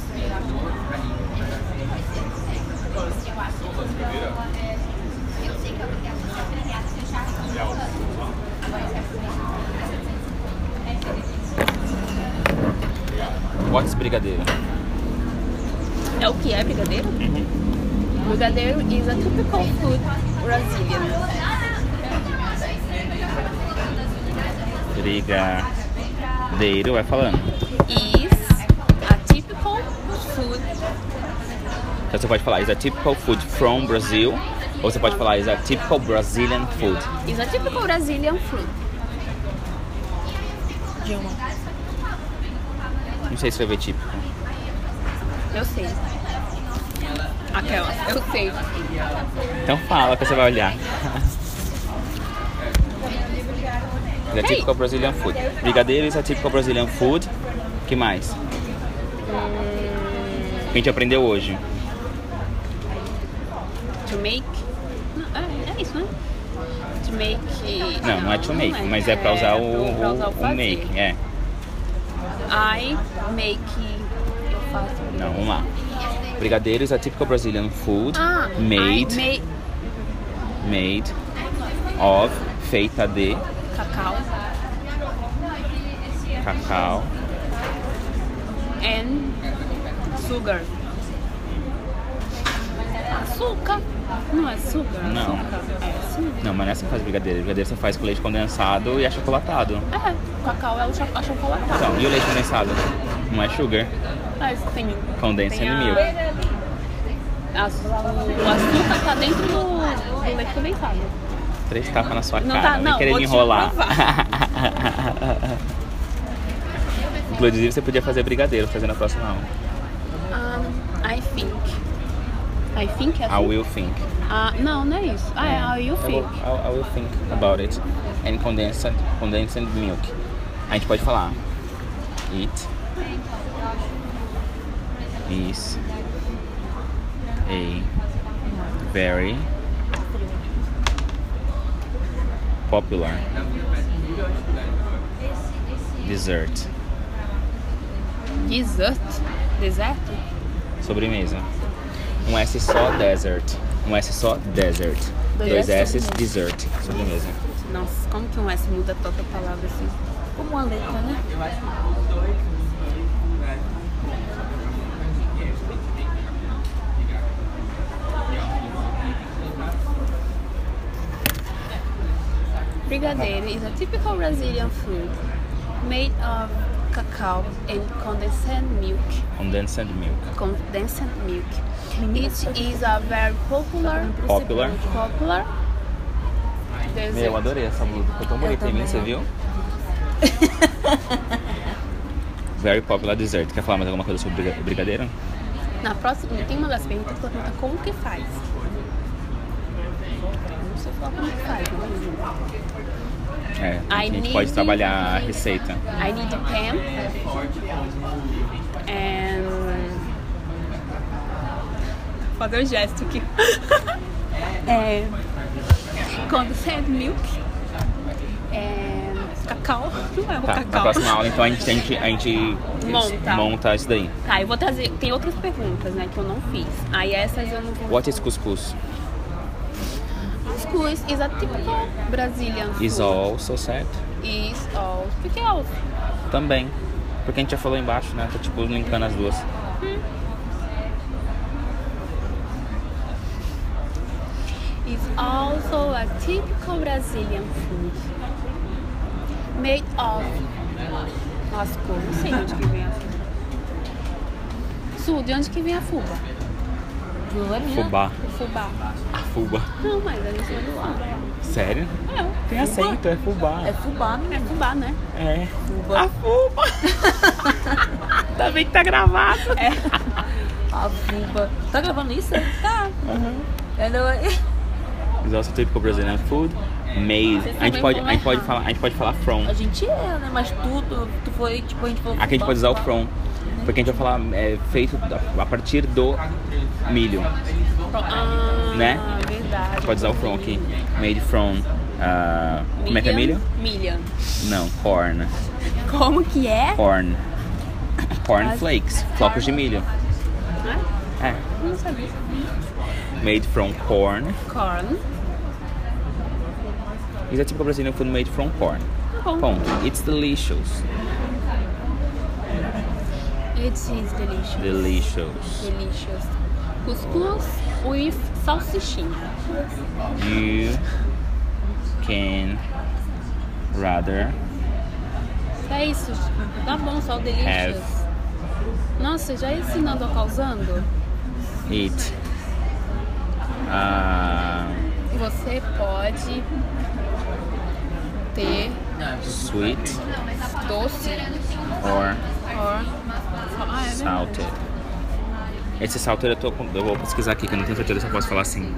What's brigadeiro?
É o que é brigadeiro? Brigadeiro is a typical food Brazilian.
Brigadeiro, vai falando.
Is a typical food
Então você pode falar, is a typical food from Brazil. Ou você pode falar, is a typical Brazilian food.
is a typical Brazilian food.
Dilma.
Não sei se vai ver tipo. típico.
Eu sei. Aquela, eu sei.
Então fala que você vai olhar. Is a typical Brazilian food. Brigadeiro is a typical Brazilian food. que mais?
Hum.
Que a gente aprendeu hoje.
To make. Não, É, é isso, né? To make.
Não, não é to make, mas é pra usar o,
pra usar
o- o
fazer.
make. É.
I make. Eu faço.
Não, vamos lá. Brigadeiro is a typical Brazilian food
Ah,
made,
I make
made of feita de
cacau
cacau
and sugar. Açúcar. Não é sugar?
Não.
Açúcar. É sugar.
Não, mas não é assim que faz brigadeiro. Brigadeiro você faz com leite condensado e achocolatado.
É, cacau é o cho- achocolatado.
Então, e o leite condensado? Não é sugar.
Ah, isso tem.
Condensa
tem
no
a- né?
milk.
a- O açúcar tá dentro do, do leite condensado.
Três tapas na sua
Não
cara,
tá-
nem
não,
querendo
vou te
enrolar.
provar.
Inclusive, você podia fazer brigadeiro, fazendo a próxima aula.
Um, I think. I think é
I
assim?
will think.
Ah, não, não é isso. Ah, é I will
I will,
think.
I, I will think about it. And condensed, condensed milk. A gente pode falar. It is a very popular dessert.
Desert. Deserto?
Sobremesa. Um S só desert. Um S só desert.
Dois
Dois
S,
S dessert. Sobremesa.
Nossa, como que um S muda tanta palavra assim?
Como uma letra, né?
Brigadeiro is a typical Brazilian food made of cacao and condensed milk.
Condensed milk.
Condensed milk. It is a very popular
Popular.
popular
Meu, eu
dessert.
adorei essa blusa. Ficou tão
Eu
bonita em mim, você
também.
viu? Very popular dessert. Quer falar mais alguma coisa sobre briga- brigadeiro?
Na próxima, tem uma das perguntas que pergunta como que faz. Eu Não sei falar como que faz, né? não lembro.
É, a
I
gente
need-
pode trabalhar a receita.
I need a pan and fazer o gesto aqui. é, condensed milk and cacau. Não é o
Tá,
cacau.
na próxima aula então a gente, a gente, a gente
Monta.
monta isso daí.
Tá, eu vou trazer. Tem outras perguntas, né, que eu não fiz. Aí essas eu não vou.
What is cuscuz?
Cuscuz is a typical Brazilian food.
Is also set?
Is all. O que que é o?
Também. Porque a gente já falou embaixo, né? Tá tipo linkando as duas.
is also a typical Brazilian food made of lascou, não sei de onde que vem a fuba. Sul, de onde que vem a fuba?
Glorinha.
Fubá.
O fubá.
Fuba.
Não, mas a gente não é do lado.
Sério?
É,
Tem acento, é fubá.
É fubá, né?
é fubá, né?
É.
Fubá.
Fuba! Ainda bem que tá gravado.
É.
A Vuba. Tá gravando isso? Tá. And I-
Is also typical Brazilian food. Maize. A gente pode, a gente pode falar, a gente pode falar from.
A gente é, né? Mas tudo, tu foi, tipo, a gente falou.
Aqui a gente pode usar o from, porque a gente vai falar é, feito da- a partir do milho,
Ah,
né? A
verdade.
gente pode usar o from aqui. Made from. ah, como é que é milho?
Milha.
Não, corn.
Como que é?
Corn. Corn flakes, flocos de milho. É.
Não sabia.
Made from corn.
Corn.
Isso é típico brasileiro food made from corn.
Tá bom.
Ponto. It's delicious.
It is delicious.
Delicious.
Delicious. Cuscuz with salsichinha.
You can rather
É isso. Tá bom só o delicious. Nossa, já ensinando ou causando?
eat. ah,
Você pode ter
sweet
doce
or
or... Ah, é verdade.
salted. Esse salted eu, tô, com- eu vou pesquisar aqui, que eu não tenho certeza se eu posso falar assim.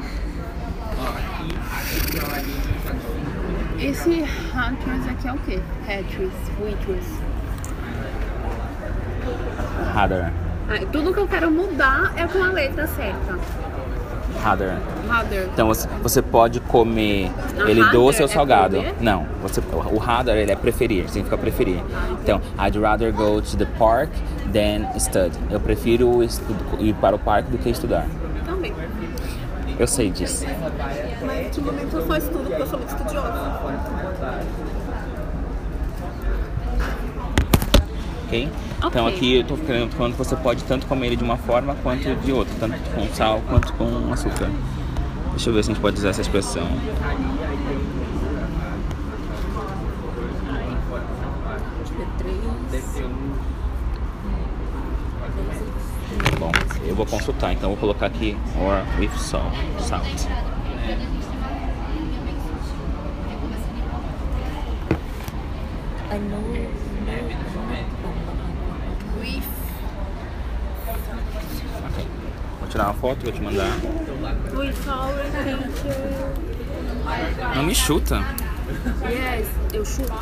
Esse Huntress aqui é o quê? Hatris, Waitress.
Rather.
Ah, tudo que eu quero mudar é com a letra certa.
Rather.
Rather.
Então você, você pode comer ele
rather
doce ou
é
salgado.
comer?
Não, você, o rather ele é preferir, significa preferir. Então, I'd rather go to the park than study. Eu prefiro estu- ir para o parque do que estudar.
Também.
Eu sei disso.
Mas ultimamente eu só estudo porque eu sou muito estudiosa.
Ok? Então
Ok.
aqui eu tô querendo- falando que você pode tanto comer ele de uma forma quanto de outra, tanto com sal quanto com açúcar. Deixa eu ver se a gente pode usar essa expressão. Bom, eu vou consultar, então eu vou colocar aqui or with salt. salt.
I know.
Vou tirar uma foto e vou te mandar. Não me chuta.
Yes, eu chuto.